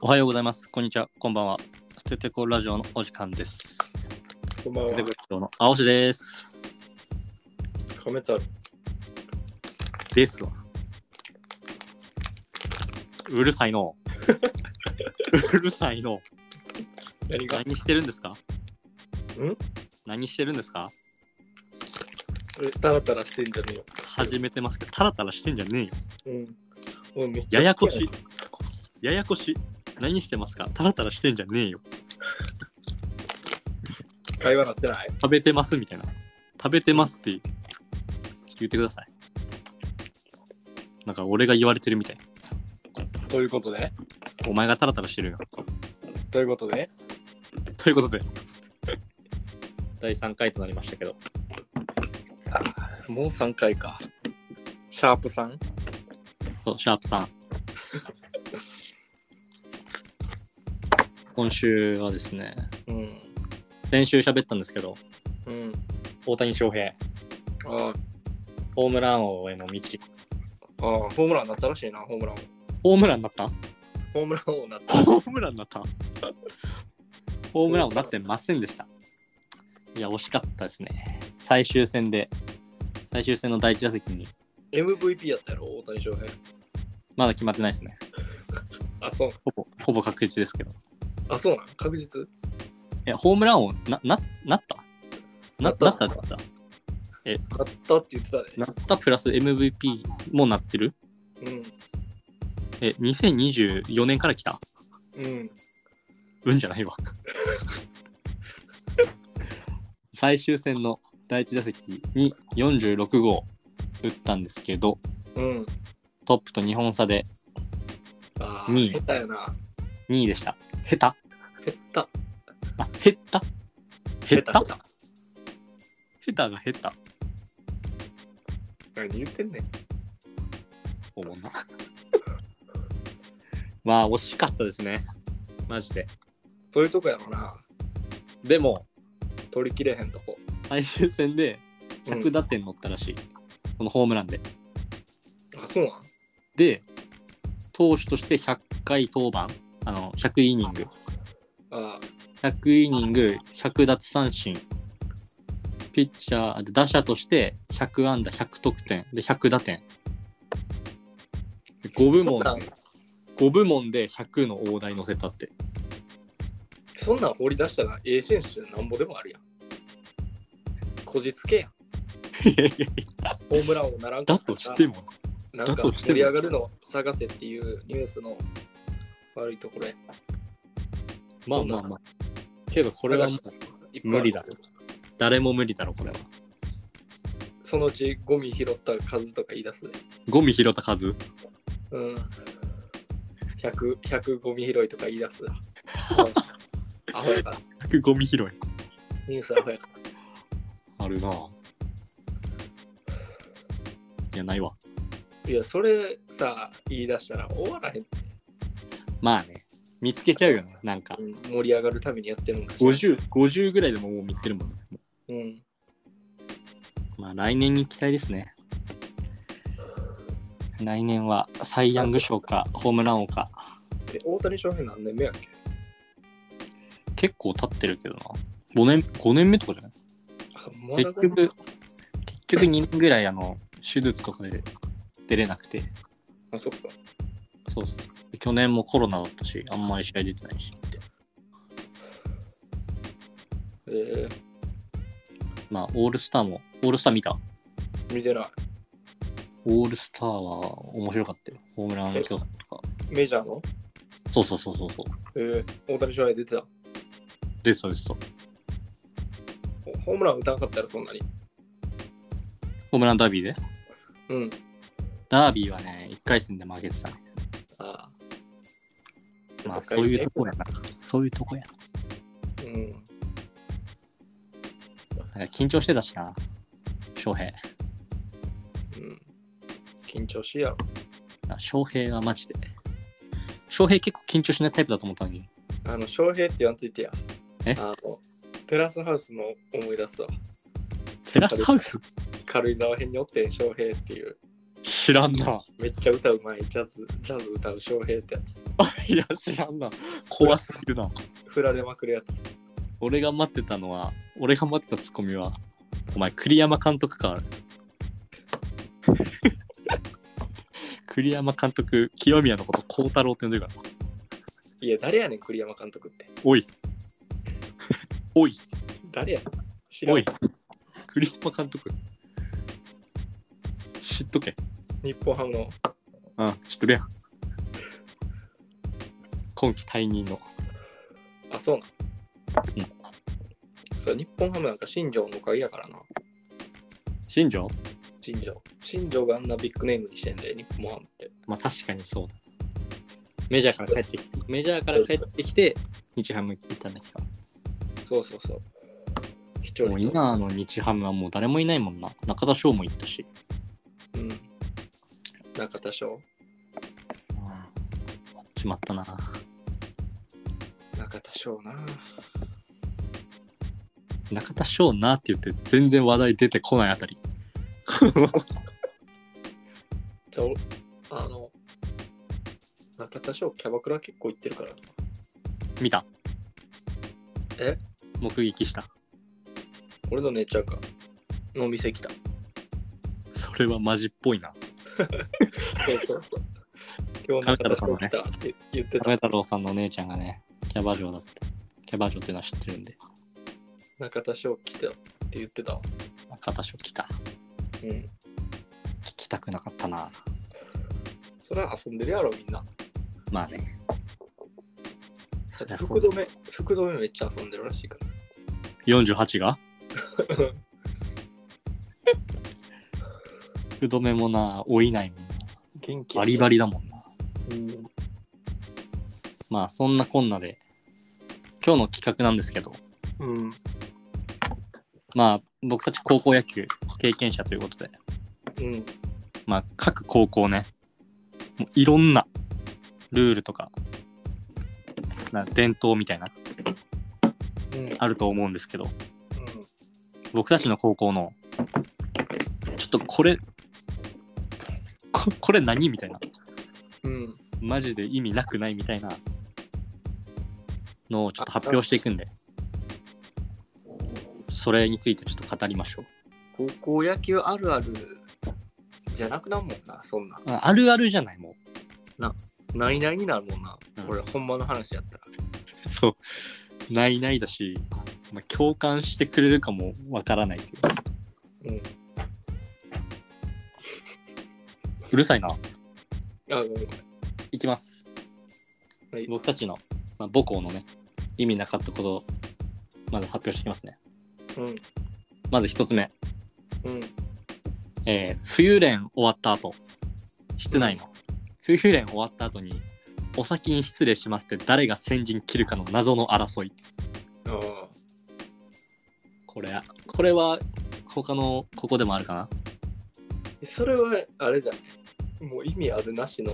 おはようございます。こんにちは。こんばんは。ステテコラジオのお時間です。こんばんスはテテコラジオの青志です。亀太郎。ですわ。うるさい の。うるさいの。何が何してるんですかんん何してるんですか俺タラタラしてんじゃね始めてますけど、タラタラしてんじゃねえよ。えよ。うん。もうめっちゃややこ好しきい。ややこしい。何してますかタラタラしてんじゃねえよ。な会話なってない。食べてますみたいな。食べてますって言ってください。なんか俺が言われてるみたい。ということで、お前がタラタラしてるよ。ということで、ということで、第3回となりましたけど、もう3回か。シャープさんそうシャープさん。今週はですね、うん。先週喋ったんですけど、うん。大谷翔平、あホームラン王への道。あ、ああホームランになったらしいな、ホームラン王。ホームランになったホームラン王にな った。ホームランになったホームラン王になってませんでした。いや、惜しかったですね。最終戦で、最終戦の第1打席に、 MVP やったやろ、大谷翔平。まだ決まってないですね。あ、そう。ほぼ、ほぼ確実ですけど。あ、そうなん。確実え、ホームラン王、な、な、なったななっったたなったなった勝ったって言ってたで。なったプラス MVP もなってるえ、2024年から来たうん。うん。うんじゃないわ。 最終戦の第1打席に46号打ったんですけど、うん。トップと2本差でああ、二位下手やな。 2位でした。下手減った。あ、減った減った下下手手が減った。何言ってんねん。おもんな。 まあ、惜しかったですね。マジで。そういうとこやろな。でも、取りきれへんとこ。最終戦で100打点乗ったらしい、このホームランであ、そうなん。で投手として100回登板あの100イニングあ100イニング100奪三振ピッチャー打者として100安打100得点で100打点5部門そんな5部門で100の大台乗せた ってそんなん放り出したら、ええ選手なんぼでもあるやん。こじつけやん。ホームランをならんかだったとらしてもなんだかとして盛もり上がるのを探せっていうニュースの悪いところや。まあまあまあけどこれはもういっぱいある無理だろ誰も無理だろこれはそのうちゴミ拾った数とか言い出すで。ゴミ拾った数うん。100、100ゴミ拾いとか言い 出すな。アホやから。 100ゴミ拾いニュースアホやかあるなぁいや、ないわ。ら。いや、それさ、言い出したら終わらへんって。まあね、見つけちゃうよね、なんか。うん盛り上がるためにやってるのかしら。 50、50ぐらいでももう見つけるもんね。うん。まあ、来年に期待ですね。来年はサイ・ヤング賞かホームラン王か。で大谷翔平何年目やっけ結構経ってるけどな。5年、5年目とかじゃなあまいだ結局、結局2年ぐらいあの、手術とかで出れなくて。あ、そっか。そうそう。去年もコロナだったし、あんまり試合出てないしって。えー、まあ、オールスターも、オールスター見た見てない。オールスターは面白かったよ。ホームラン競争とか。メジャーのそうそうそうそうそう。えー、大谷翔平出てた。で、そうですそう。ホームラン打たなかったらそんなに。ホームランダービーでうん。ダービーはね、1回戦で負けてたね。あまあ、そういうとこやな。そういうとこやな。あ。うん。なんか緊張してたしな。翔平。うん。緊張しやろ。あ翔平はマジで。翔平結構緊張しないタイプだと思ったのに。あの、翔平ってやんついてや。えあの、テラスハウスの思い出すわ。テラスハウス軽井沢編におってん翔平っていう知らんな。めっちゃ歌うまいジャズ、ジャズ歌う翔平ってやつ。いや、知らんな。怖すぎるな。振られまくるやつ。俺が待ってたのは、俺が待ってたツッコミは、お前、栗山監督か。 栗山監督、清宮のこと、孝太郎って呼んでるから。いや、誰やねん、栗山監督って。おい。おい。誰やねん。知らんおい。栗山監督。知っとけ。日本ハムのうん、知っとるやん。今季退任の。あ、そうなん。そう、日本ハムなんか新庄のおかげやからな。新庄新庄。新庄があんなビッグネームにしてんで、日本ハムって。まあ確かにそうだ。メジャーから帰ってきて、メジャーから帰ってきて、日ハム行ったんだけど。そうそうそう。視聴もう率。今の日ハムはもう誰もいないもんな。中田翔も行ったし。うん。中田翔。決まったな。中田翔な。中田翔なって言って全然話題出てこないあたり。じゃあお、あの、中田翔、キャバクラ結構行ってるからな。見たえ目撃した。俺の姉ちゃんが、の店来た。それはマジっぽいな。そうそ うそう。今日中田翔来たって言ってた。亀太郎さんのお姉ちゃんがね、キャバ嬢だった。キャバ嬢っていうのは知ってるんで。中田翔来たって言ってたわ。中田翔来た。うん。聞きたくなかったな。それは遊んでるやろ、みんな。まあね。そりゃそ福うだ留、福留めっちゃ遊んでるらしいから。 48が福留もな、老いないもんな。 元気バリバリ。リだもんな。うん。まあそんなこんなで、今日の企画なんですけど、うん。まあ僕たち高校野球経験者ということで、うん。まあ各高校ね、もういろんなルールとか、な伝統みたいな、うん。あると思うんですけど、僕たちの高校の、ちょっとこれ、ここれ何みたいな、うん。マジで意味なくないみたいなのをちょっと発表していくんで、それについてちょっと語りましょう。高校野球あるあるじゃなくなんもんな、そんな。ああるあるじゃない、もないないになるもんな。うんこれ、ほんまの話やったら。う。 そう。ないないだし、まあ、共感してくれるかもわからないけど。うん。うるさいな。あ、ごめんごいきます。めん。はい。僕たちの、まあ、母校のね、意味なかったことを、まず発表していきますね。うまず一つ目、ん。うん。えー冬練終わった後、室内の、冬練終わった後に、お先に失礼しますって誰が先陣切るかの謎の争い。ああ。これ、これは他のここでもあるかなそれは、あれじゃん。もう意味あるなしの。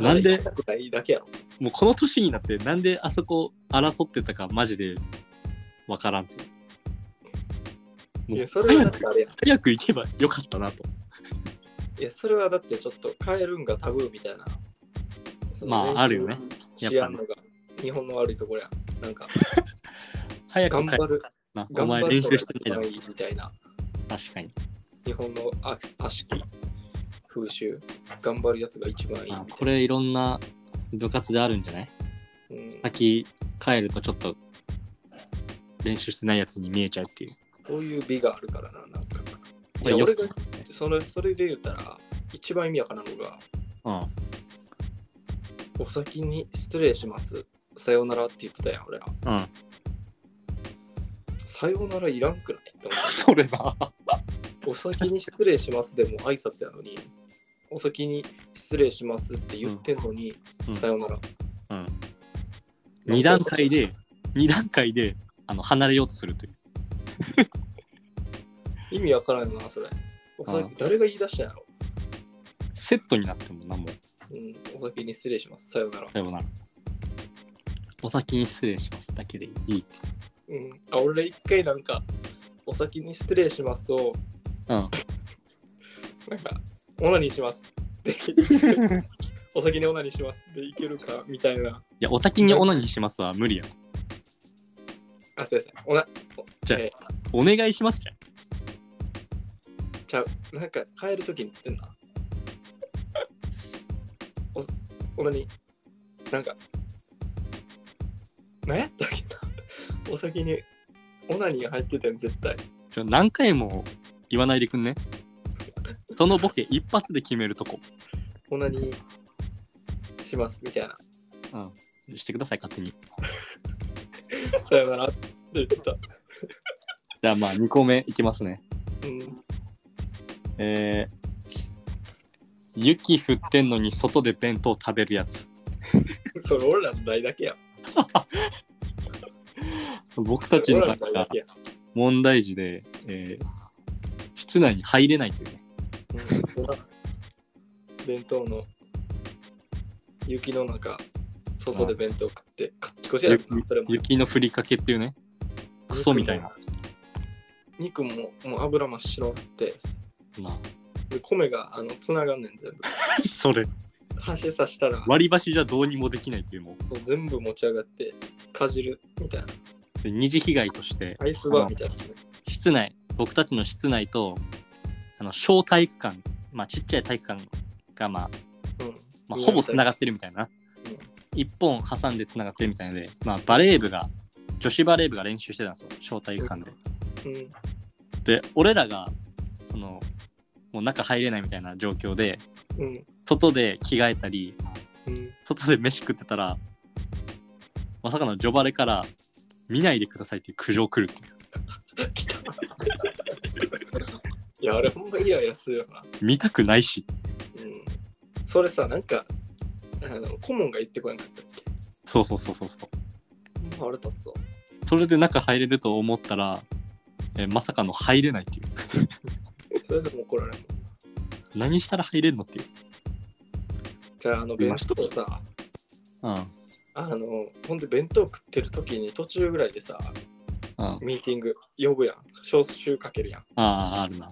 なんでただ行きたくないだけやろ。もうこの年になってなんであそこ争ってたかマジでわからんという。いもうや、それは早だっくてあれやん。早く行けばよかったなと。いや、それはだってちょっと変えるんがタブーみたいな。そのまああるよね。治やっ安ぱのが日本の悪いところやん。なんか、早く頑帰張る、な。お頑張前る練習してないだろ。いみたいな。確かに。日本のあ悪しき風習。頑張るやつが一番いいみたいあな。これいろんな部活であるんじゃないうん、先帰るとちょっと練習してないやつに見えちゃうっていう。そういう美があるからな、なんか。いまあや、よ俺くがそれそれで言ったら、一番意味わからんのが、うん。お先に失礼します。さようならって言ってたやん、俺ら。うん。さようならいらんくないって思それだ。うお先に失礼しますでも挨拶やのに、お先に失礼しますって言ってんのに、うんさようなら。うん2段階で、2段階であの離れようとするという。意味わからんよな、それ。お先うん誰が言い出したんやろ、セットになってるもんな、もう。うん、お先に失礼します。さようなら。さようなら。お先に失礼しますだけでいいって。うん、あ 俺一回なんか、お先に失礼しますと、うん。なんか、オナニーしますって、 お先にオナニーしますっていけるかみたいな。いや、お先にオナニーしますは無理やん。あ、すいません。オナ、じゃあえお願いしますじゃん。ちゃう。なんか、帰るときに言ってんな。お、オナニー、なんか、なんやったっけな。お先に、オナニー入ってたん絶対。ちょ何回も言わないでくんね。そのボケ一発で決めるとこ。オナニーしますみたいな。うん。してください、勝手に。さよならって言ってた。じゃあまあ、2個目いきますね。うん。えー、雪降ってんのに外で弁当食べるやつ。それ俺らの代だけやん。僕そたれち俺のらの時代だがけやん。問題児で、えー室内に入れないというね。うん弁当の雪の中、外で弁当食って、カッチコチやる雪それも雪のふりかけっていうね。クソみたいな。肉ももう油真っ白になって、まあ、で米があの繋がんねん全部。それ、箸刺したらも割り箸じゃどうにもできないっていう、もう全部持ち上がって、かじるみたいな。う。で二次被害として、アイスバーみたいな。室内、僕たちの室内と、あの、小体育館、まあ、ちっちゃい体育館が、まあ、うん。まあ、ほぼつながってるみたいなうん。一本挟んでつながってるみたいので、まあ、バレー部が、女子バレー部が練習してたんですよ、小体育館で。うん。で、俺らが、その、もう中入れないみたいな状況で、うん。外で着替えたり、うん。外で飯食ってたら、まさかのジョバレから、見ないでくださいっていう苦情来るっていう。来た。 いや、あれほんまイライラするよな。見たくないし。うん。それさ、なんか、あの顧問が言ってこなかったっけそうそうそうそうそう。ほんまあれ立つぞ。それで中入れると思ったら、えまさかの入れないっていう。 それでも怒られるもんな。何したら入れんのっていう。じゃあ、あの、弁当さ、うん。あの、ほんで弁当食ってる時に途中ぐらいでさ、うん。ミーティング呼ぶやん。招集かけるやん。ああ、あるな。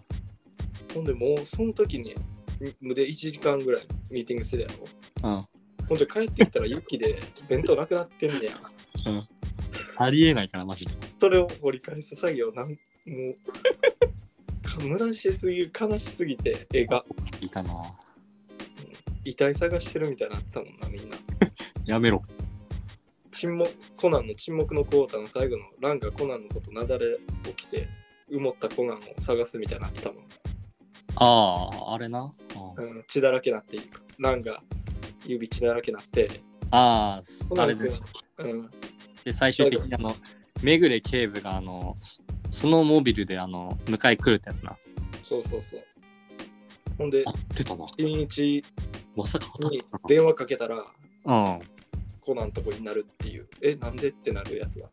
ほんでもう、その時に、無で1時間ぐらいミーティングするやろ。うん。ほんで帰ってきたら雪で弁当なくなってんねや。ありえないから、マジで。それを掘り返す作業なんもうか虚しすぎる悲しすぎて絵がいたな。遺体探してるみたいになったもんなみんなやめろ。沈黙コナンの沈黙のクォーターの最後のランがコナンのことなだれ起きて埋もったコナンを探すみたいになってたもん、ああ、あれな。うんうん、血だらけになっていくランが指血だらけになってああ、すコナあれン君で。うんで、最終的にあの、めぐれ警部があの、ススノーモービルであの、迎え来るってやつな。そうそうそうほんであってたな。新一まさか当たっにた電話かけたらな。うん。コナンとこになるっていうえなんでってなるやつが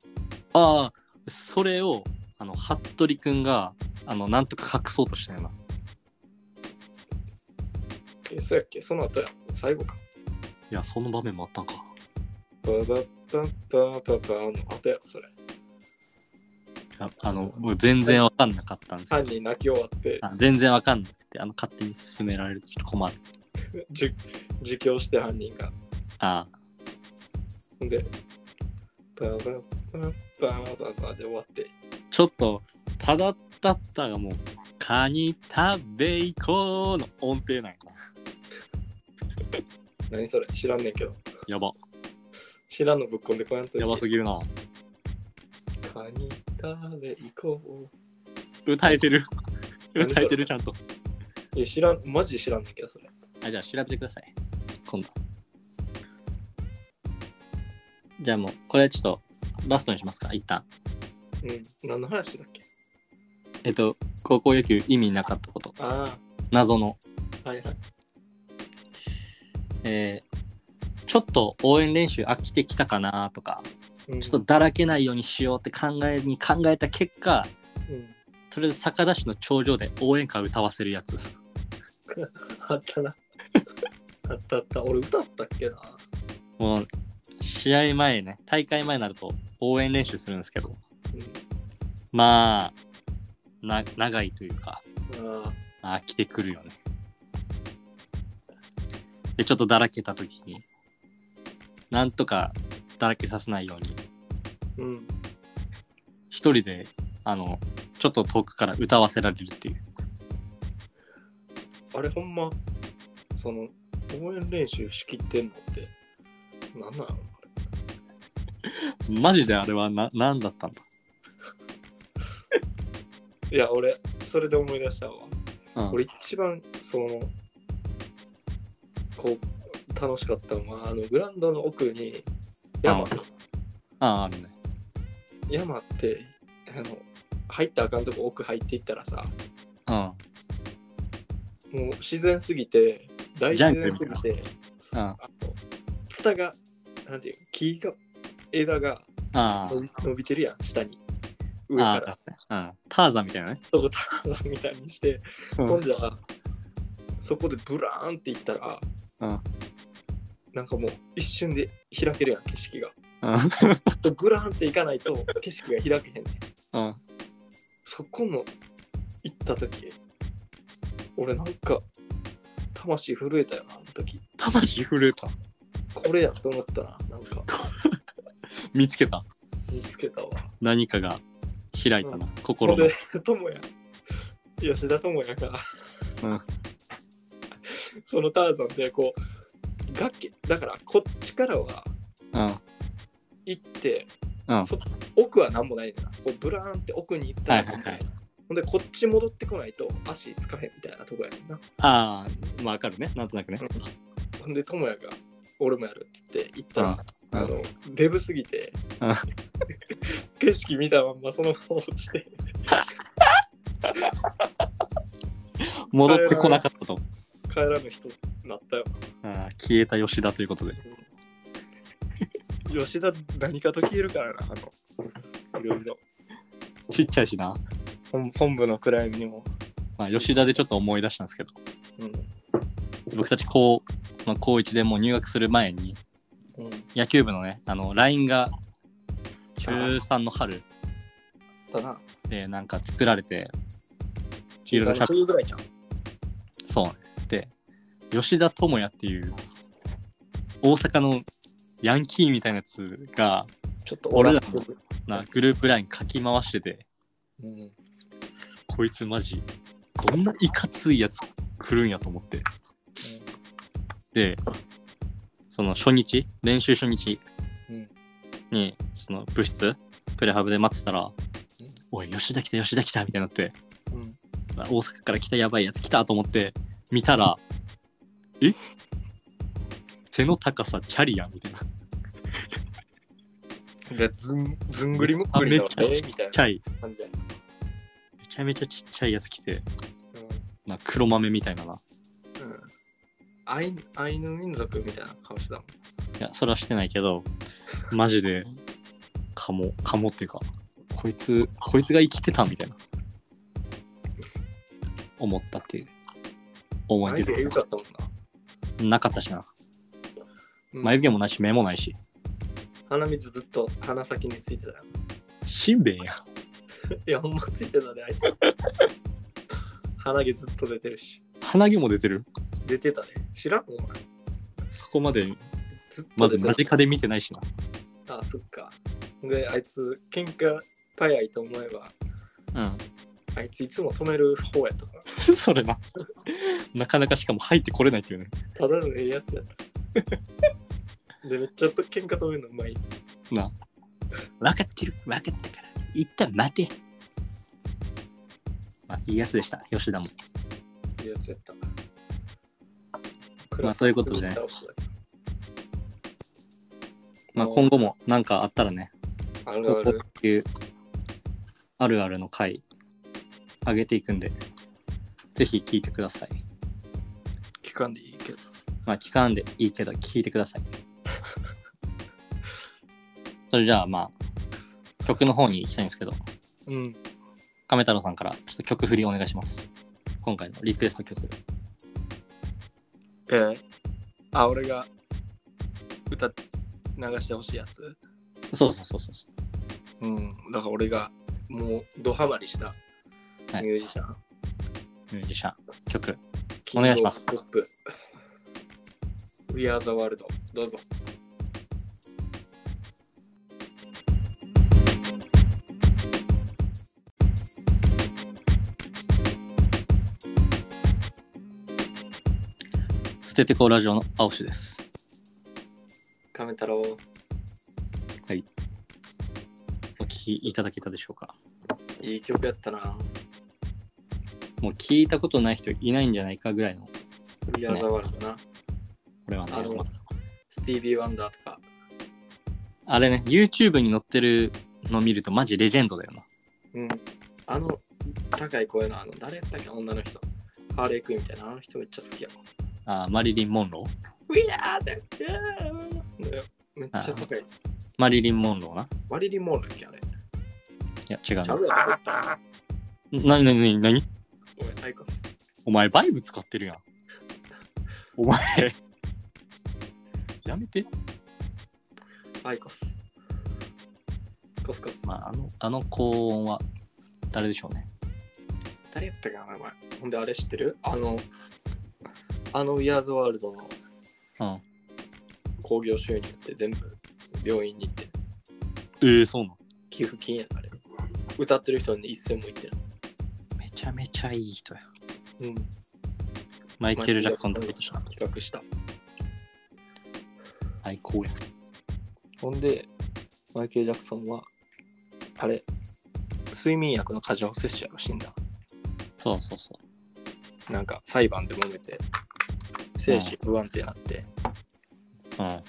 ああ、それを、あの、服部くんが、あの、なんとか隠そうとしたよな。えそうやっけその後や最後かいや、その場面もあったんか。ババッバッバッバッバの後やろそれ。ああの、もう全然わかんなかったんですよ犯人泣き終わって、あ全然わかんなくて、あの、勝手に進められるとちょっと困る。じゅ自供して犯人が。あほんで、ババッバッバッバッバで終わって。あ、ちょっと、ただだったがもう、カニ食べいこうの音程なんやな。何それ知らんねんけど。やば、知らんのぶっこんでこやんといて。やばすぎるな。カニ食べ行こ歌えてる。何そ歌れえてる、ちゃんと。う。いや、知らん、マジで知らんねんけど、それ。あ、じゃあ調べてください。今度。じゃあもう、これちょっと、ラストにしますか、一旦。うん。何の話だっけえっと、高校野球意味なかったこと。あ謎の。あ、はいはい。えーちょっと応援練習飽きてきたかなとか、うん、ちょっと、だらけないようにしようって考えに考えた結果、うん。 とりあえず坂田市の頂上で応援歌歌わせるやつ。あったな。あったあった。俺歌ったっけな。もう、試合前ね、大会前になると応援練習するんですけど、うん。まあ、な長いというか、ああ、まあ飽きてくるよね。で、ちょっとだらけた時に、なんとかだらけさせないように、うん。一人で、あの、ちょっと遠くから歌わせられるっていう。あれほんま、その、応援練習しきってんのって、なんなのあれマジであれはな、なんだったんだいや、俺、それで思い出したわ。うん。俺一番、その、こう、楽しかったのは、あの、グラウンドの奥に山、ああ、あるね。山って、あの、入ったらあかんとこ奥入っていったらさ、うん。もう自然すぎて、大自然すぎジて、うん。ああの、ツタが、なんていう、木が、枝があ。伸び伸びてるやん、下に。上あかあら。だねうん。ターザンみたいなね。そこターザンみたいにして、うん今度はそこでブラーンっていったら、うんなんかもう一瞬で開けるやん、景色が。うん。グラーンっていかないと景色が開けへんねん。うん。そこの行った時、俺なんか魂震えたよな、あの時。魂震えた。これやと思ったな、なんか見つけた。見つけたわ。何かが開いたな。こ心の。れ、智也。吉田智也が、うん そのターザンでこう崖だからこっちからはうん。行って、うんそ奥は何もないんだなこうブラーンって奥に行ったはらいはいはいほんでこっち戻ってこないと足つかへんみたいなとこやねんなああ、まあわかるね。なんとなくね。ほんで智也が俺もやるっつって行ったら、うんあのデブすぎて、うん 景色見たまんまそのまま落ちて戻ってこなかったと。帰らぬ人になったよああ消えた吉田ということで。吉田何かと消えるからなあのいろいろちっちゃいしな。本本部の暗闇にも、まあ、吉田でちょっと思い出したんですけど、うん僕たち高、まあ、高1でもう入学する前に、うん、野球部のね、あの、LINE が中3の春だなでなんか作られて、いろい中ろ3の冬ぐらいじゃんそうね。で、吉田智也っていう、大阪のヤンキーみたいなやつが、ちょっと俺らののなグループ LINE 書き回してて、うん、こいつマジ、どんないかついやつ来るんやと思って。で、その初日、練習初日うんに、その部室、プレハブで待ってたら、おい、吉田来た、吉田来た、みたいになって、うん、あ大阪から来たやばいやつ来たと思って、見たら、え背の高さチャリやんみたいな。でずんずんぐりむっくりだわめっちゃえみたいチなャリ。感じやめちゃめちゃちっちゃいやつ来て、な黒豆みたいなな。いうんうんアイヌアイヌ民族みたいな顔してたもんや、それはしてないけど、マジで、かも、かもっていうか、こいつ、こいつが生きてたみたいな。思ったっていう。思い眉出毛でよかったもんな、なかったしな。うん眉毛もないし、目もないし。鼻水ずっと鼻先についてたよしんべヱやん。 いやほんまついてたであいつ 鼻毛ずっと出てるし鼻毛も出てる出てたね知らんお前そこまで、ずっとま出ずて間た近で見てないしな。あそっか。で、あいつ、喧嘩早いと思えば、うあいついつも止める方やったから。ん。 それな。なかなかしかも入ってこれないっていうね。ただのええやつやった。 で、めっちゃと喧嘩止めるのうまい。な。分かってる、分かったから。一旦待て。まあ、いいやつでした、吉田も。いいやつやった。まあそういうことでねクラスのまあ、今後も何かあったらね、倒しここだったあるっていう、あるあるの回、上げていくんで、ぜひ聞いてください。期間でいいけど。まあ、聞かんでいいけど、聞いてください。 それじゃあ、まあ、曲の方に行きたいんですけど、うん。亀太郎さんからちょっと曲振りお願いします。今回のリクエスト曲。えーあ、俺が歌流してほしいやつ。そうそうそうそうそうん。だから俺がもうドハマりしはたいミュージシャン。う。ミュージシャン、曲。キンおグ願いオしブますポップ。 We are the world。どうぞ。捨ててこうラジオの青志です。亀太郎。お聞きいただけたでしょうかいい曲やったな。もう聞いたことない人いないんじゃないかぐらいの、こ We are the world な。れはね、あのまあスティービー・ワンダーとか。あれね、YouTube に載ってるの見るとマジレジェンドだよな。うん。あの、高い声のあの、誰やったっけ女の人。ハーレークイーンみたいな。あの人めっちゃ好きやわ。あーマリリン・モンロー We are the world。めっちゃ高い。マリリン・モンローな。マリリン・モールだっけあれ。いや、違うちゃな。うやろ、絶対。なになになになにごめん、タイコス。お前、バイブ使ってるやん。お前、 やめて。アイコス。コスコス。まあ、あの、あの高音は誰でしょうね。誰やったかな、名前。ほんで、あれ知ってるあの、あの We Are the World のうん。興行収入って全部病院に行って、ええそうなの寄付金やあれ。歌ってる人に一銭もいってない。めちゃめちゃいい人や。うん。マイケル・ジャクソンとことした。比較した。最高や。ほんで、マイケル・ジャクソンは、あれ、睡眠薬の過剰摂取やろ、死んだ。そうそうそう。なんか、裁判で揉めて、精神不安定になって、うん。も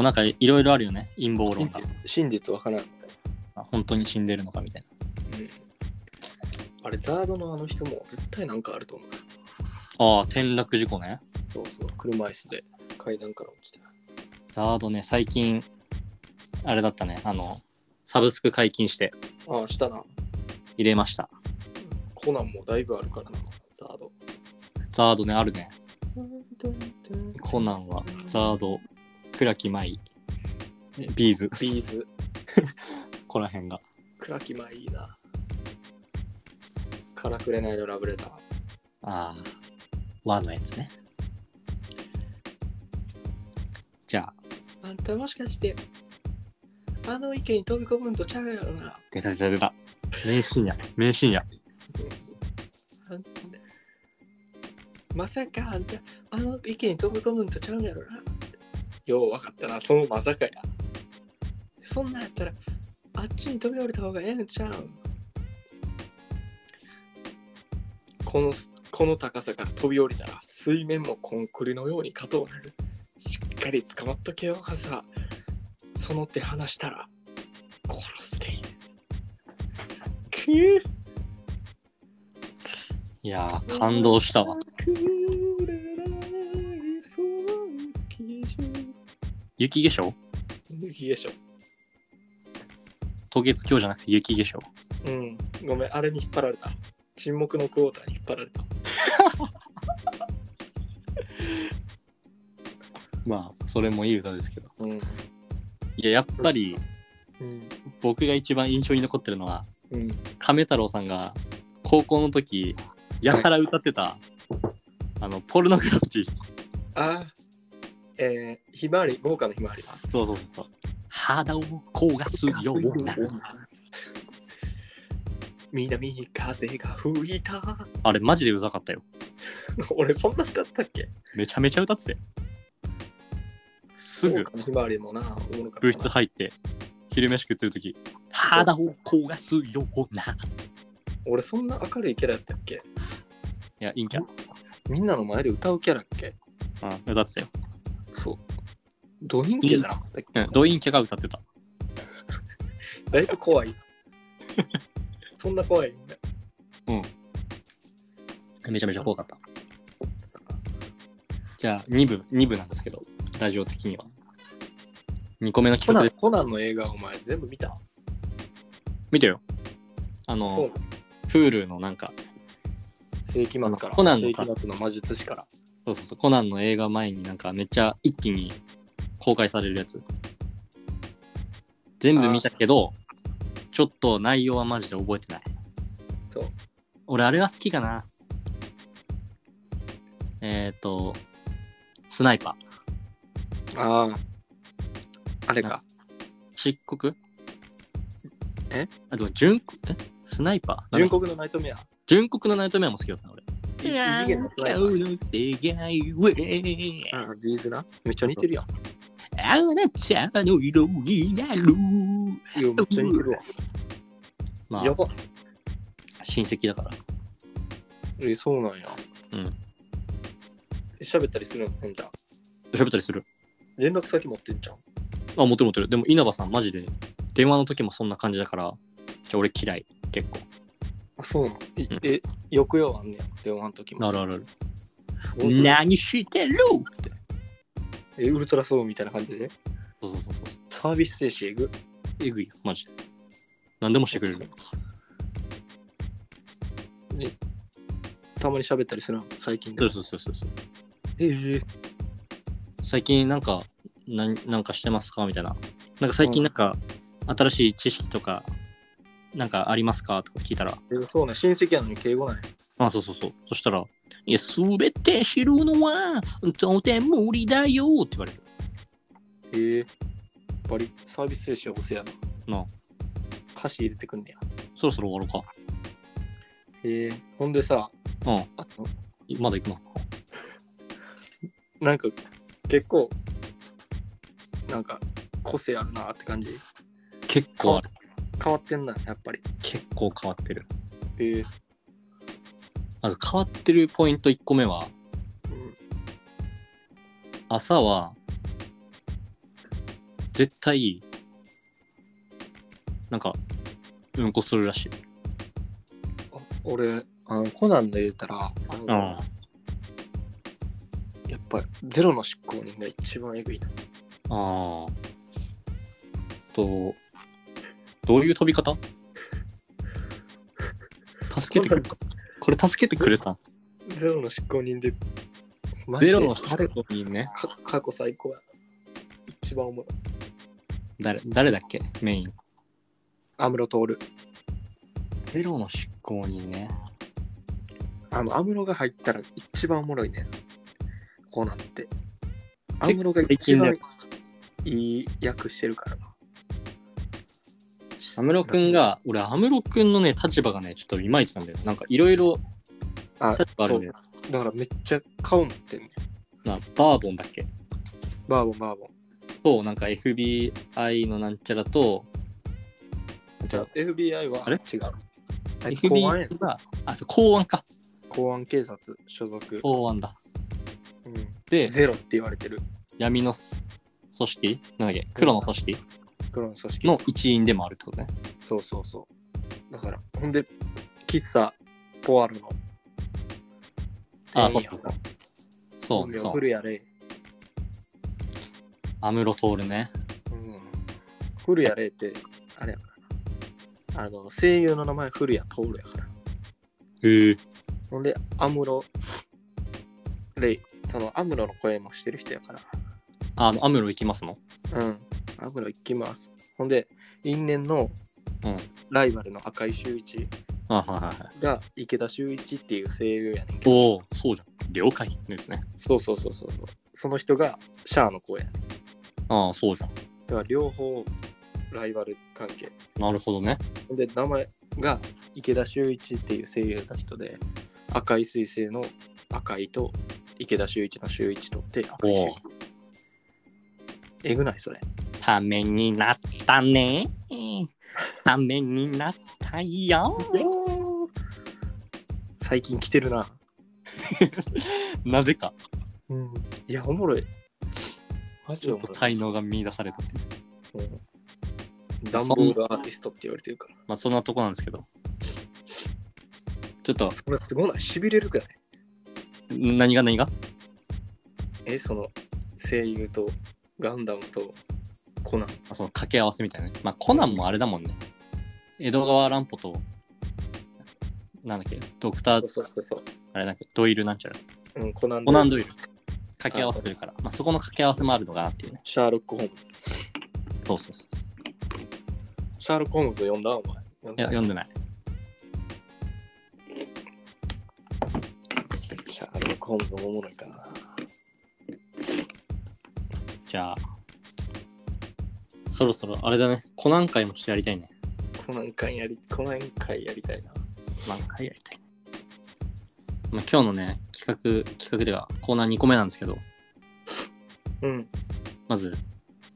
うなんかいろいろあるよね。陰謀論が。真実わからん。あ本当に死んでるのかみたいな。あれ、ザードのあの人も絶対なんかあると思う。ああ、転落事故ね。そうそう、車椅子で階段から落ちて。ザードね、最近、あれだったね。あの、サブスク解禁してああ、したな。入れました。コナンもだいぶあるからな、ザード。ザードね、あるね。コナンは、ザード、倉木舞、えビーズ、ビーズ、ここら辺が。クラキマいいな。カラクレナイのラブレター。ああ、和のやつね。じゃあ、あんたもしかして、あの池に飛び込むんとちゃうやろな。出た出た出た。名シーンや、名シーンや。あんまさかあんた、あの池に飛び込むんとちゃうんやろな。ようわかったな、そのまさかや。そんなんやったら、あっちに飛び降りた方がええんちゃうん。この、この高さから飛び降りたら、水面もコンクリのように硬くなる。しっかり捕まっとけよ、かさ。その手離したら、殺すで。くぅ。いやー、感動したわ。雪化粧雪化粧。凍結鏡じゃなくて雪化粧。うん。ごめん、あれに引っ張られた。沈黙のクォーターに引っ張られた。まあ、それもいい歌ですけど。うん。いや、やっぱりうん。僕が一番印象に残ってるのは、うん。亀太郎さんが高校の時、やたら歌ってた、あの、ポルノグラフィティ。あえー、ひまわり、豪華なひまわりな。そうそうそう。肌を焦がすような。南風が吹いた。 あれ、マジでうざかったよ。俺、そんな歌ったっけめちゃめちゃ歌ってたよ。すぐ豪華なひまわりもな、おもろかったな部室入って、昼飯食ってる時、肌を焦がすような。俺、そんな明るいキャラやったっけいや、いいんじゃん。みんなの前で歌うキャラっけうん、歌ってたよ。そう。ドインケじゃなかったっけ、うん、ドインキャが歌ってた。だいぶ怖 い。そんな怖いんだ。めちゃめちゃ怖かった。じゃあ、2部、2部なんですけど、ラジオ的には。2個目のコ企ナ画ンで、コナンの映画お前全部見た見てよ。あそうのなの、。プールのなんか、世紀末から。コナンの世さ紀末の魔術師から。そうそうそう、コナンの映画前になんかめっちゃ一気に公開されるやつ。全部見たけど、ちょっと内容はマジで覚えてない。そう俺、あれは好きかな。えっ、ー、と、スナイパー。ああ。あれか。漆黒えあ、でも、純黒、えスナイパー純国のナイトメア。純黒のナイトメアも好きだったな、俺。異次元のスナイパー。ああ、ビーズな。めっちゃ似てるやん。あなたの色になる。いや、めっちゃ似てるわ。まやあ、ば。親戚だから。え、そうなんや。うん。喋ったりするのほんじゃん。喋ったりする。連絡先持ってんじゃん。あ、持ってる持ってる。でも、稲葉さん、マジで、電話の時もそんな感じだから、じゃあ俺嫌い、結構。あ、そうなのいうんえ、抑揚あんねや。電話の時も。あるあるある。すごい何してるって。え、ウルトラソウルみたいな感じで。そうそうそうそう。サービス精神えぐ。えぐいよ、マジで。何でもしてくれる。たまに喋ったりするの最近そでう。そうそうそうそう。ええ。最近なんか、なんなんかしてますかみたいな。なんか最近なんか、新しい知識とか、なんかありますかとか聞いたら、えそうなん。親戚やのに敬語なんや。あ、そうそうそう。そしたら、いや、すべて知るのは、とても無理だよって言われる。ええ。やっぱりサービス精神はおせやな。なあ歌詞入れてくんねや。そろそろ終わろええ。ほんでさ、うか。あのうん。まだ行くな。なんか結構なんか個性あるなって感じ結構ある。変わってんなやっぱり結構変わってる。へえまず変わってるポイント1個目は、うん朝は、絶対、なんか、うんこするらしい。あ俺あのコナンで言うたらあの、あやっぱゼロの執行人が一番エグいなあ。と、どういう飛び 方助けてくれた。これ助けてくれた。ゼロの執行人でマジゼでロのあれ人にね。か過去最高や一番おもろい誰、誰だっけメイン。安室徹ゼロの執行人ね。あの安室が入ったら一番おもろいねコナンって安結室が構最一近だよ番いい役してるからな安室くんが、俺、安室くんのね、立場がね、ちょっといまいちなんだよ。なんか、いろいろあ立場あそるんうだよ。だからめっちゃ顔持ってんねなバーボンだっけバーボンバーボンと、なんか FBI のなんちゃらと、なんちゃら FBI はあれ違うはい公安や FBI が、あと公安か。公安警察所属、公安だ。うんで、ゼロって言われてる闇のす組織なんだっけ黒の組織黒の組織の一員でもあるってことね。そうそうそうだからほんで喫茶ポアロのあ店員やそうんそうそ本う名そう。古谷レイ安室徹ね。うん古谷レイってあれやからなあの声優の名前古谷徹やからへえ。ほんで安室レイその安室の声もしてる人やからあの、安室行きますのうん。油いきます。ほんで、因縁のうんライバルの赤井秀一あはいはいはい。が池田秀一っていう声優やねんけど、おお、そうじゃん。了解のやつね。そうそうそうそうそう。その人がシャアの声やねん。ああ、そうじゃん。だから両方ライバル関係。なるほどね。ほんで、名前が池田秀一っていう声優の人で、赤い彗星の赤いと池田秀一の秀一とって赤い秀一。えぐないそれ。ためになったね。ためになったよ。 最近来てるな。なぜか、うん。いや、おもろい。マジちでょおっもろとい。才能が見出されたっていう。うんダンボールアーティストって言われてるから。まあ、そんなとこなんですけど。ちょっと、それすごいな、痺れるくらい。何が何がえ、その声優とガンダムとコナン。まあその掛け合わせみたいなね。まあ、コナンもあれだもんね。江戸川乱歩と、なんだっけ、ドクター、そうそうそうあれなんだっけ、ドイルなんちゃら。そう。うん、コナンコナンとドイル。掛け合わせてるから。まあ、そこの掛け合わせもあるのかなっていうね。シャーロック・ホームズ。そうそうそう。シャーロック・ホームズ読んだお前。読んいだや、読んでない。シャーロック・ホームズおもろいからな。じゃあ、そろそろ、あれだね。コナン会もちょっとやりたいね。コナン会やり、コナン会やりたいな。コナン会やりたい。まあ、今日のね、企画、企画ではコーナー2個目なんですけど、うん。まず、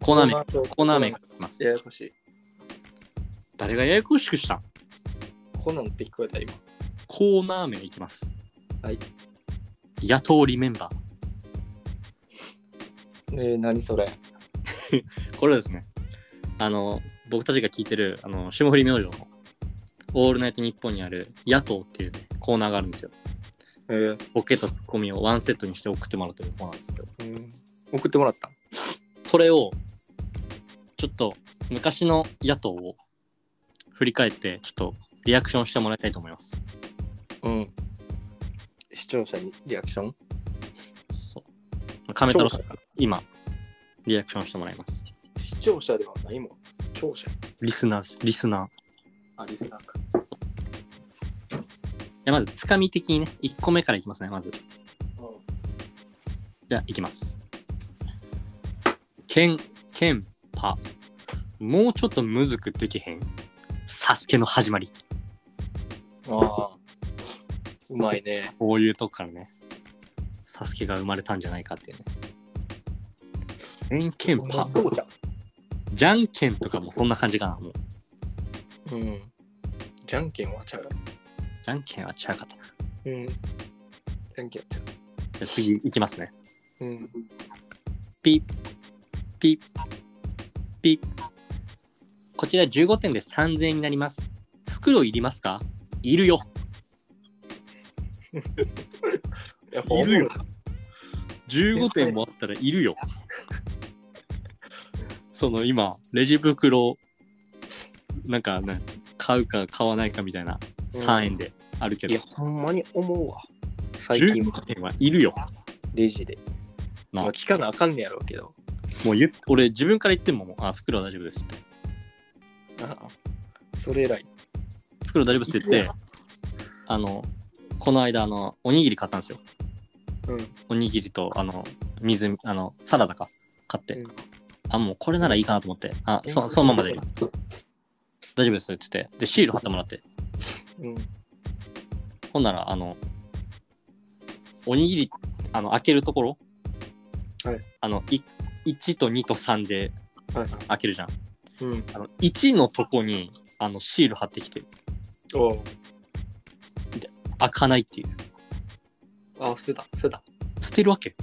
コーナー名、名。コーナー名からいきますや。やこしい。誰がややこしくしたんコナンって聞こえた今。コーナー名いきます。はい。野党リメンバー。えー、何それ。これはですね、あの、僕たちが聞いてる、あの、霜降り明星の、オールナイトニッポンにある、野党っていう、ね、コーナーがあるんですよ。えー、ボケとツッコミをワンセットにして送ってもらうというコーナーですけど、うん。送ってもらった。それを、ちょっと、昔の野党を振り返って、ちょっと、リアクションしてもらいたいと思います。うん。視聴者にリアクションそう。亀太郎さんから、今、リアクションしてもらいます。視聴者ではないもん。聴者。リスナーです、リスナー。あ、リスナーか。じゃあまず、つかみ的にね、1個目からいきますね、まず。うじゃあ、いきます。けん、けん、ぱ。もうちょっとむずくできへんサスケの始まり。ん。ああ。うまいね。こういうとこからね、サスケが生まれたんじゃないかっていうね。けんけんぱ。そうじゃじゃんけんとかもそんな感じかな、もう。ん。うん。じゃんけんはちゃう。じゃんけんは違うかった。じうん。じゃんけんはちゃゃあ次、いきますね。う。うん。ピッ、ピッ、ピッ。こちら15点で3000円になります。袋いりますかいるよ。やっいるよ。15点もあったらいるよ。 その今、レジ袋、なんかね、買うか買わないかみたいな3円であるけいど、や、ほんまに思うわ。最近、 15点はいるよ。レジで。なまあ、聞かなあかんねやろうけど。もう言っ俺自分から言ってももう、あ、袋は大丈夫ですって。ああそれ偉い。袋大丈夫ですって言って、あの、この間、あの、おにぎり買ったんですよ。うん。おにぎりと、あの、水、あの、サラダか、買って。うんあ、もうこれならいいかなと思って。あ、そそのままで今。大丈夫ですって言って。で、シール貼ってもらって。うん。ほんなら、あの、おにぎり、あの、開けるところ、はいあの、い1と2と3ではい。開けるじゃん。うん。あの1のとこに、あの、シール貼ってきて、おう開かないっていう。ああ、捨てた、捨てた。捨てるわけ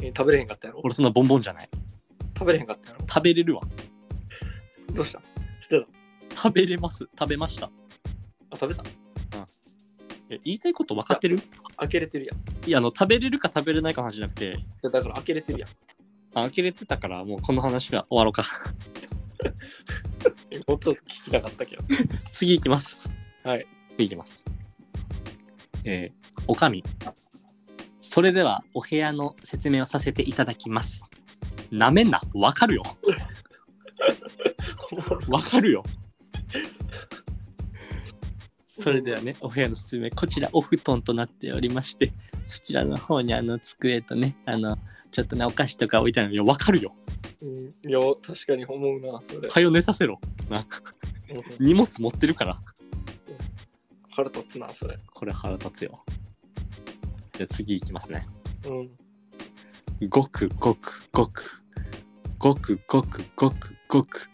えー食べれへんかったやろ俺そんなボンボンじゃない。食べれへんかったやろ食べれるわ。どうした捨てた。食べれます。食べました。あ、食べた。え言いたいこと分かってる開けれてるやん。いや、あの、食べれるか食べれないかの話じゃなくて、だから開けれてるやん。あ呆れてたから、もうこの話は終わろうか。 えもうちょっと聞きたかったけ ど。次行きます。はい。次行きます。えー、おかみ。それでは、お部屋の説明をさせていただきます。なめんな、わかるよ。わかるよ。 それではね、お部屋の説明、こちらお布団となっておりまして、そちらの方にあの机とね、あの、ちょっとね、お菓子とか置いてあるのよ、わかるよ。うん、いや、確かに思うな、それ。はよ寝させろ。な、うん荷物持ってるから。腹立つな、それ。これ腹立つよ。じゃあ次いきますね。うん。ごくごくごく。ごくごくごくごく。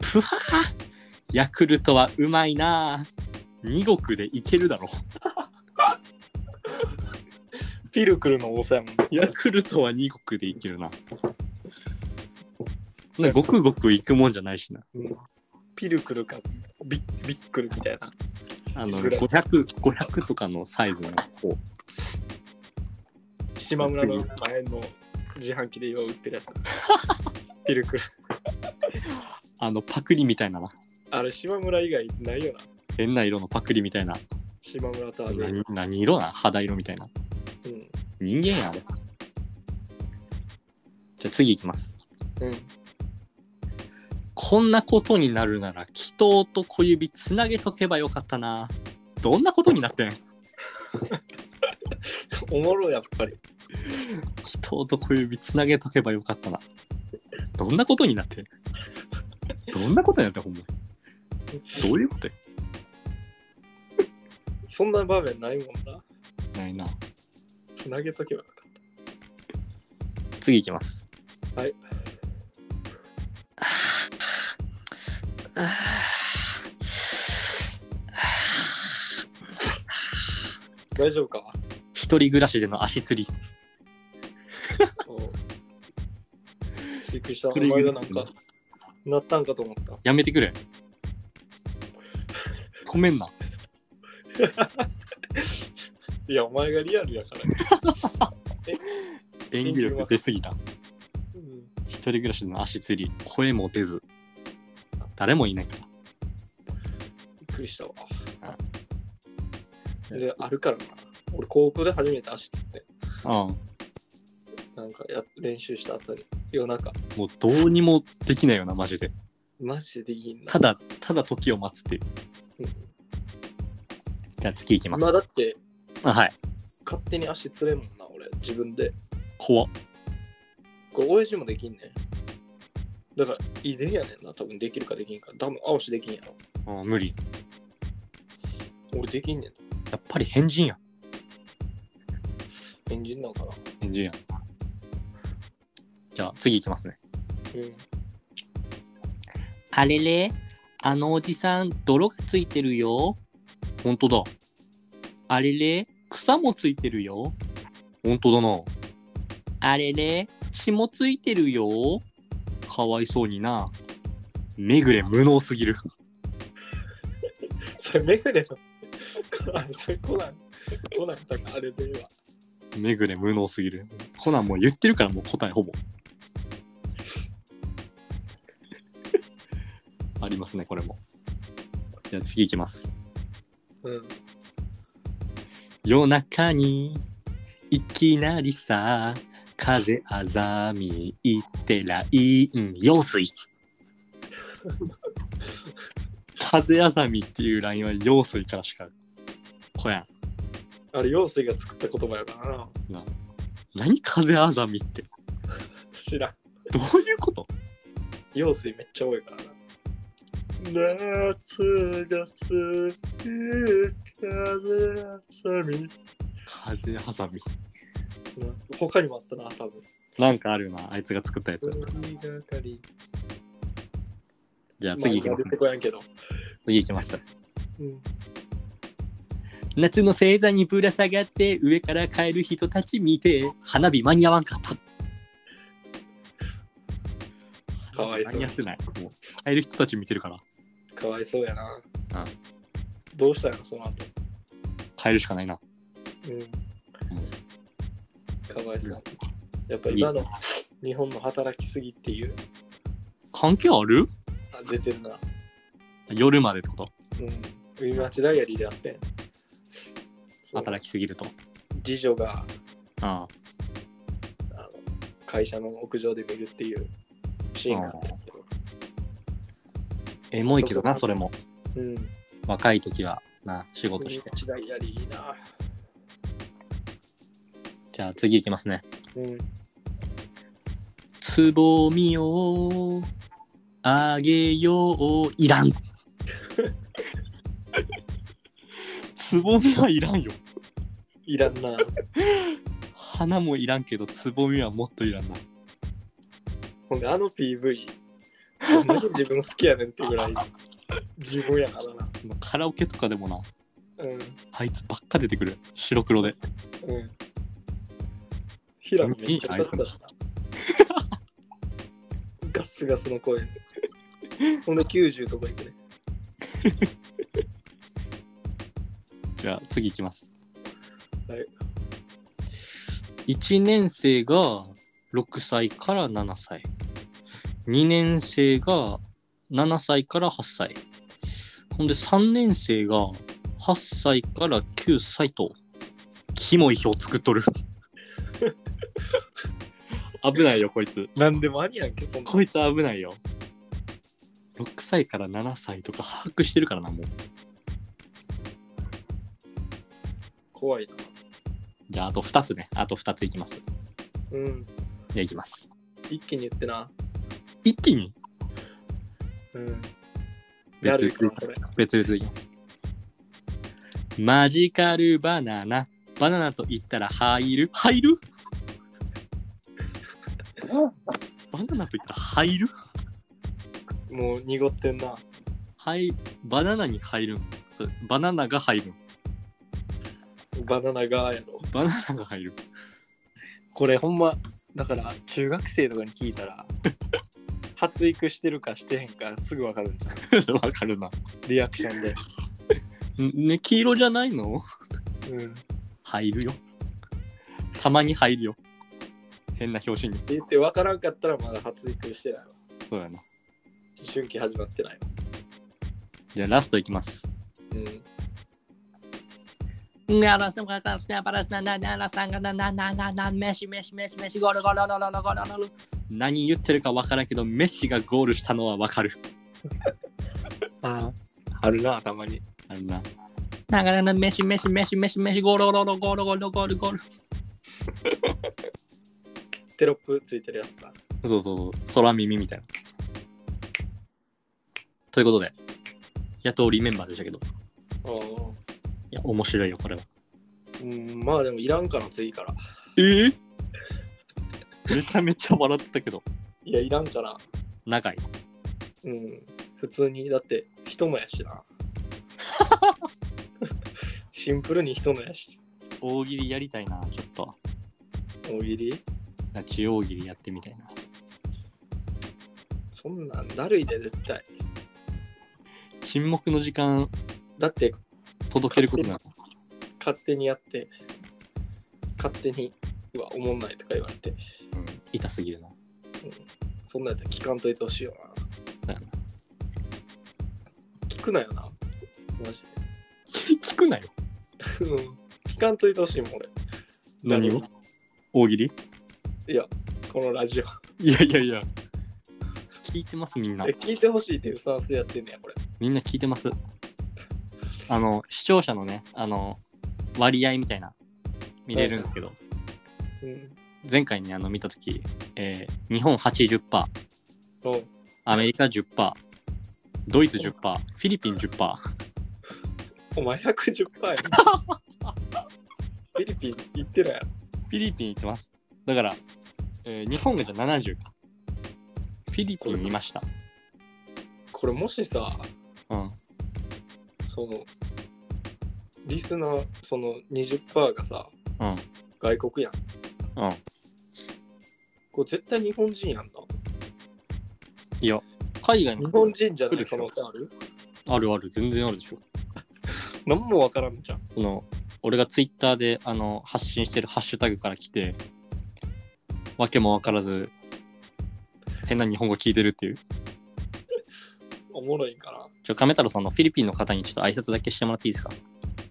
ぷはーヤクルトはうまいなぁ。2国でいけるだろ。ピルクルの多さやもん。ヤクルトは2国でいけるな。なごくごくいくもんじゃないしな。うんピルクルかビッビックルみたいな。あの、500、500とかのサイズのこ島村の前の自販機でよう売ってるやつ。ピ ルクル。う、あの、パクリみたいなな。あれ、島村以外ないよな。変な色のパクリみたいな。島村とあれ。何何色な肌色みたいな。うん。人間やん。じゃあ次いきます。うん。 こんなことになるなら、祈祷と小指つなげとけばよかったな。どんなことになってんおもろいやっぱり木と男指つなげとけばよかったな。どんなことになってんどんなことになってんほんまに。どういうことやそんな場面ないもんなないな。つなげとけばよかっ次いきます。はい。た大丈 夫か一人暮らしでの足つり。おうびっくりしたお前がなんかなったんかと思ったやめてくれ。止めんな。いやお前がリアルやから、演技力出すぎた。うん一人暮らしでの足つり。声も出ず。誰もいないかびっくりしたわら。であるからな俺高校で初めて足つってうん。なんかや練習した後に夜中もうどうにもできないよな、マジで。マジでできんなただ、ただ時を待つっていう。うんじゃあ次いきます。今だってあはい。勝手に足つれんもんな俺自分で怖っこれ親父もできんねんだから遺伝やねんな多分できるかできんかダム青しできんやろうん、無理。俺できんねんやっぱり変人や。変人なのかな変人や。じゃあ次いきますね。うんあれれあのおじさん、泥がついてるよ。ほんとだ。あれれ草もついてるよ。ほんとだな。あれれ血もついてるよ。かわいそうにな。めぐれ無能すぎる。それめぐれ のそれコナンコナンだからあれではめぐれ無能すぎる。コナンもう言ってるからもう答えほぼ。 ありますね、これも。じゃあ次いきます。うん夜中にいきなりさ、風あざみいってらいん用 水。風あざみっていうラインは用水からしか。こやん。あれ陽水が作った言葉やからな何風あざみって。知らんどういうこと陽水めっちゃ多いからな夏が過ぎ風がさみ風ハサミ。他にもあったな多分なんかあるよな、あいつが作ったやつ。海がかりじゃあ次行きままあ出すてね。こやんけど、次行きます。うん、夏の星座にぶら下がって上から帰る人たち見て、花火間に合わんかった。かわいそう間に合ってない。もう帰る人たち見てるから、かわいそうやなうんどうしたんやろその後帰るしかないな。うんかわいそううんやっぱ今の日本の働きすぎっていう関係あるあ出てるな夜までってことうん海町ダイアリーであってそう働きすぎると。次女がああの会社の屋上で見るっていうシーンがあったんやけどエモいけどな、それも。うん若い時は、な、仕事して海。町ダイアリーいいなじゃあ次行きますね。うんつぼみをあげようい らん。つぼみはいらんよ。いらんな花もいらんけど、つぼみはもっといらんな。ほんであの PV なんで自分好きやねんってぐらい自分やからなカラオケとかでもな、うんあいつばっか出てくる。白黒で。うん。ヒラめっちゃ立つだしな。ガスガスの声。ほんで90とかいくね。じゃあ次行きます。はい。 1年生が6歳から7歳。2年生が7歳から8歳。ほんで3年生が8歳から9歳と、キモい表作っ とる。危ないよ、こいつ。なんでもありやんけ、そんな。こいつ危ないよ。6歳から7歳とか把握してるからな、もう。怖いな。じゃあ、あと2つね。あと2ついきます。うん。じゃあ、いきます。一気に言ってな。一気にうん。や別る々か、これ。別々でいきます。マジカルバナナ。バナナと言ったら入る入るバナナと言ったら入るもう濁ってんな。はい、バナナに入るんそれバナナが入るんバナナがやろ。バナナが入る。 これほんま、だから中学生とかに聞いた ら、発育してるかしてへんかすぐわかるんじゃん。わかるな。リアクションで。ね、黄色じゃないのうん。入るよ。たまに入るよ。変な表紙に。言ってわからんかったらまだ発育してないわ。そうやな。思春期始まってないわ。じゃあラストいきます。うん。ならさんがかすなばらすななならさんがなななななめしめしめしめしごろごろろろろごろろろ何言ってるかわからんけど、メッシがゴールしたのはわかる。ああ。あるな、たまに。あるな。ながらなめしめしめしめしめしごろろろごろごろごろごろテロップついてるやつだ。そうそうそう。空耳みたいな。ということで、やっとリメンバーでしたけど、あいや、面白いよ、これは。うん、まあでもいらんかな、次から。えめちゃめちゃ笑ってたけど、いや、いらんかな。長い。うん。普通に、だって人もやし な。シンプルに人もやし。大喜利やりたいな、ちょっと。大喜利ガチ大喜利やってみたいな。そんなんだるいで絶対。沈黙の時間だって届けることなの勝手にやって、勝手に、うわ、おもんないとか言われて、痛すぎるな。そんなんやったら聞かんといてほしいよだなよな。聞くなよな。マジ聞くなよ。で。うん。聞かんといてほしいもん、俺。何を大喜利いや、このラジオ。いやいやいや。聞いてます、みんなえ。聞いてほしいっていうスタンスでやってんねや、これ。みんな聞いてます。あの、視聴者のね、あの、割合みたいな、見れるんですけど、うん。前回ね、あの、見たとき、えー日本80%、うんアメリカ10%、ドイツ10%、フィリピン10%。お前110%や んフィリピン行ってないやろ。フィリピン行ってます。だから、えー日本がじゃあ70か。フィリピン見ました。これもしさ、うん。その、リスナー、その20%がさ、うん。外国やん。うん。これ絶対日本人やんな。いや、海外の日人本人じゃ来なるでい、しそょのあるあるある、全然あるでしょ。何もわからんじゃん。その、俺がツイッターであの発信してるハッシュタグから来て、わけもわからず、変な日本語聞いてるっていう。おもろいんかな。ちょ、亀太郎さんのフィリピンの方にちょっと挨拶だけしてもらっていいですかフ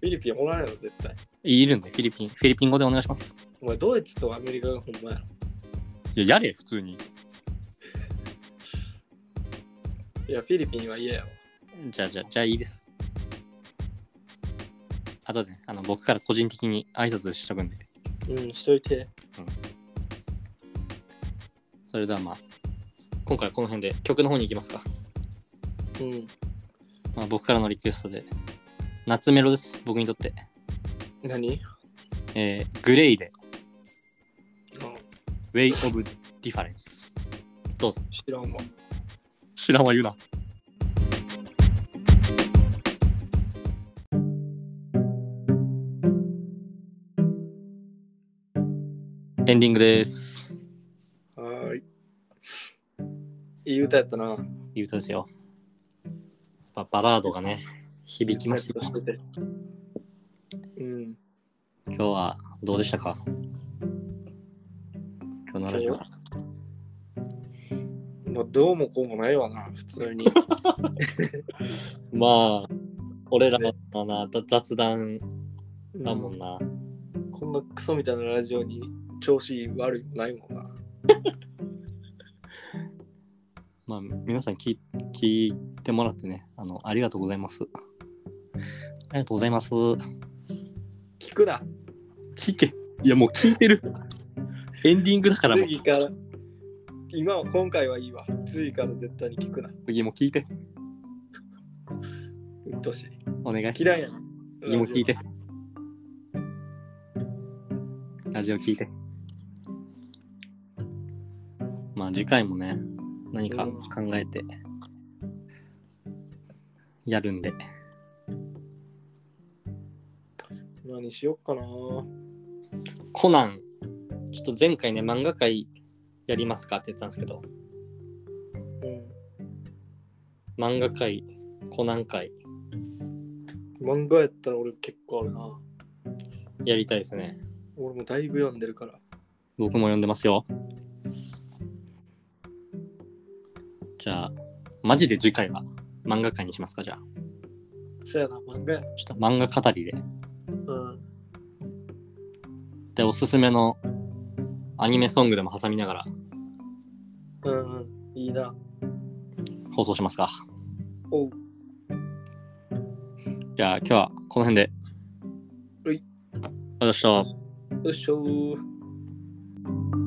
ィリピンおらんやろ、絶対。いるんで、フィリピン、フィリピン語でお願いします。お前、ドイツとアメリカがほんまやろ。いや、やれ、普通に。いや、フィリピンは嫌やわ。じゃあ、じゃあ、じゃあいいです。あとでね、あの、僕から個人的に挨拶しとくんで。うん、しといて。それではまあ、今回はこの辺で曲の方に行きますか。うん。まあ、僕からのリクエストで、夏メロです、僕にとって。何えー、グレイで、うん。 Way of Difference。知らんわ。知らんわ言うな。エンディングです。はーい。いい歌やったな。いい歌ですよ。やっぱバラードがね、響きますよ。してて。うん。今日はどうでしたか今日のラジオ今。まあ、どうもこうもないわな、普通に。まあ、俺らのな雑談だもうんんな。こんなクソみたいなラジオに調子悪いもないもんな。まあ、皆さん聞い聞いてもらってねあの、ありがとうございます。ありがとうございます。聞くな。聞け。いやもう聞いてるエンディングだからもう次から。今は今回はいいわ。次から絶対に聞くな。次も聞いてうっとうしい。お願い嫌いや。次も聞いてラジオ聞いてまあ次回もね何か考えてやるんで何しよっかな。コナンちょっと前回ね漫画界やりますかって言ってたんですけどう漫画界コナン界ん。漫画やったら俺結構あるな。やりたいですね俺もだいぶ読んでるから。僕も読んでますよじゃあマジで次回は漫画界にしますかじゃあそやな、漫画や。ちょっと漫画語りでうん。でおすすめのアニメソングでも挟みながらうんうん。いいな。放送しますかおう。じゃあ今日はこの辺ではいありがとうございましたよっしょー。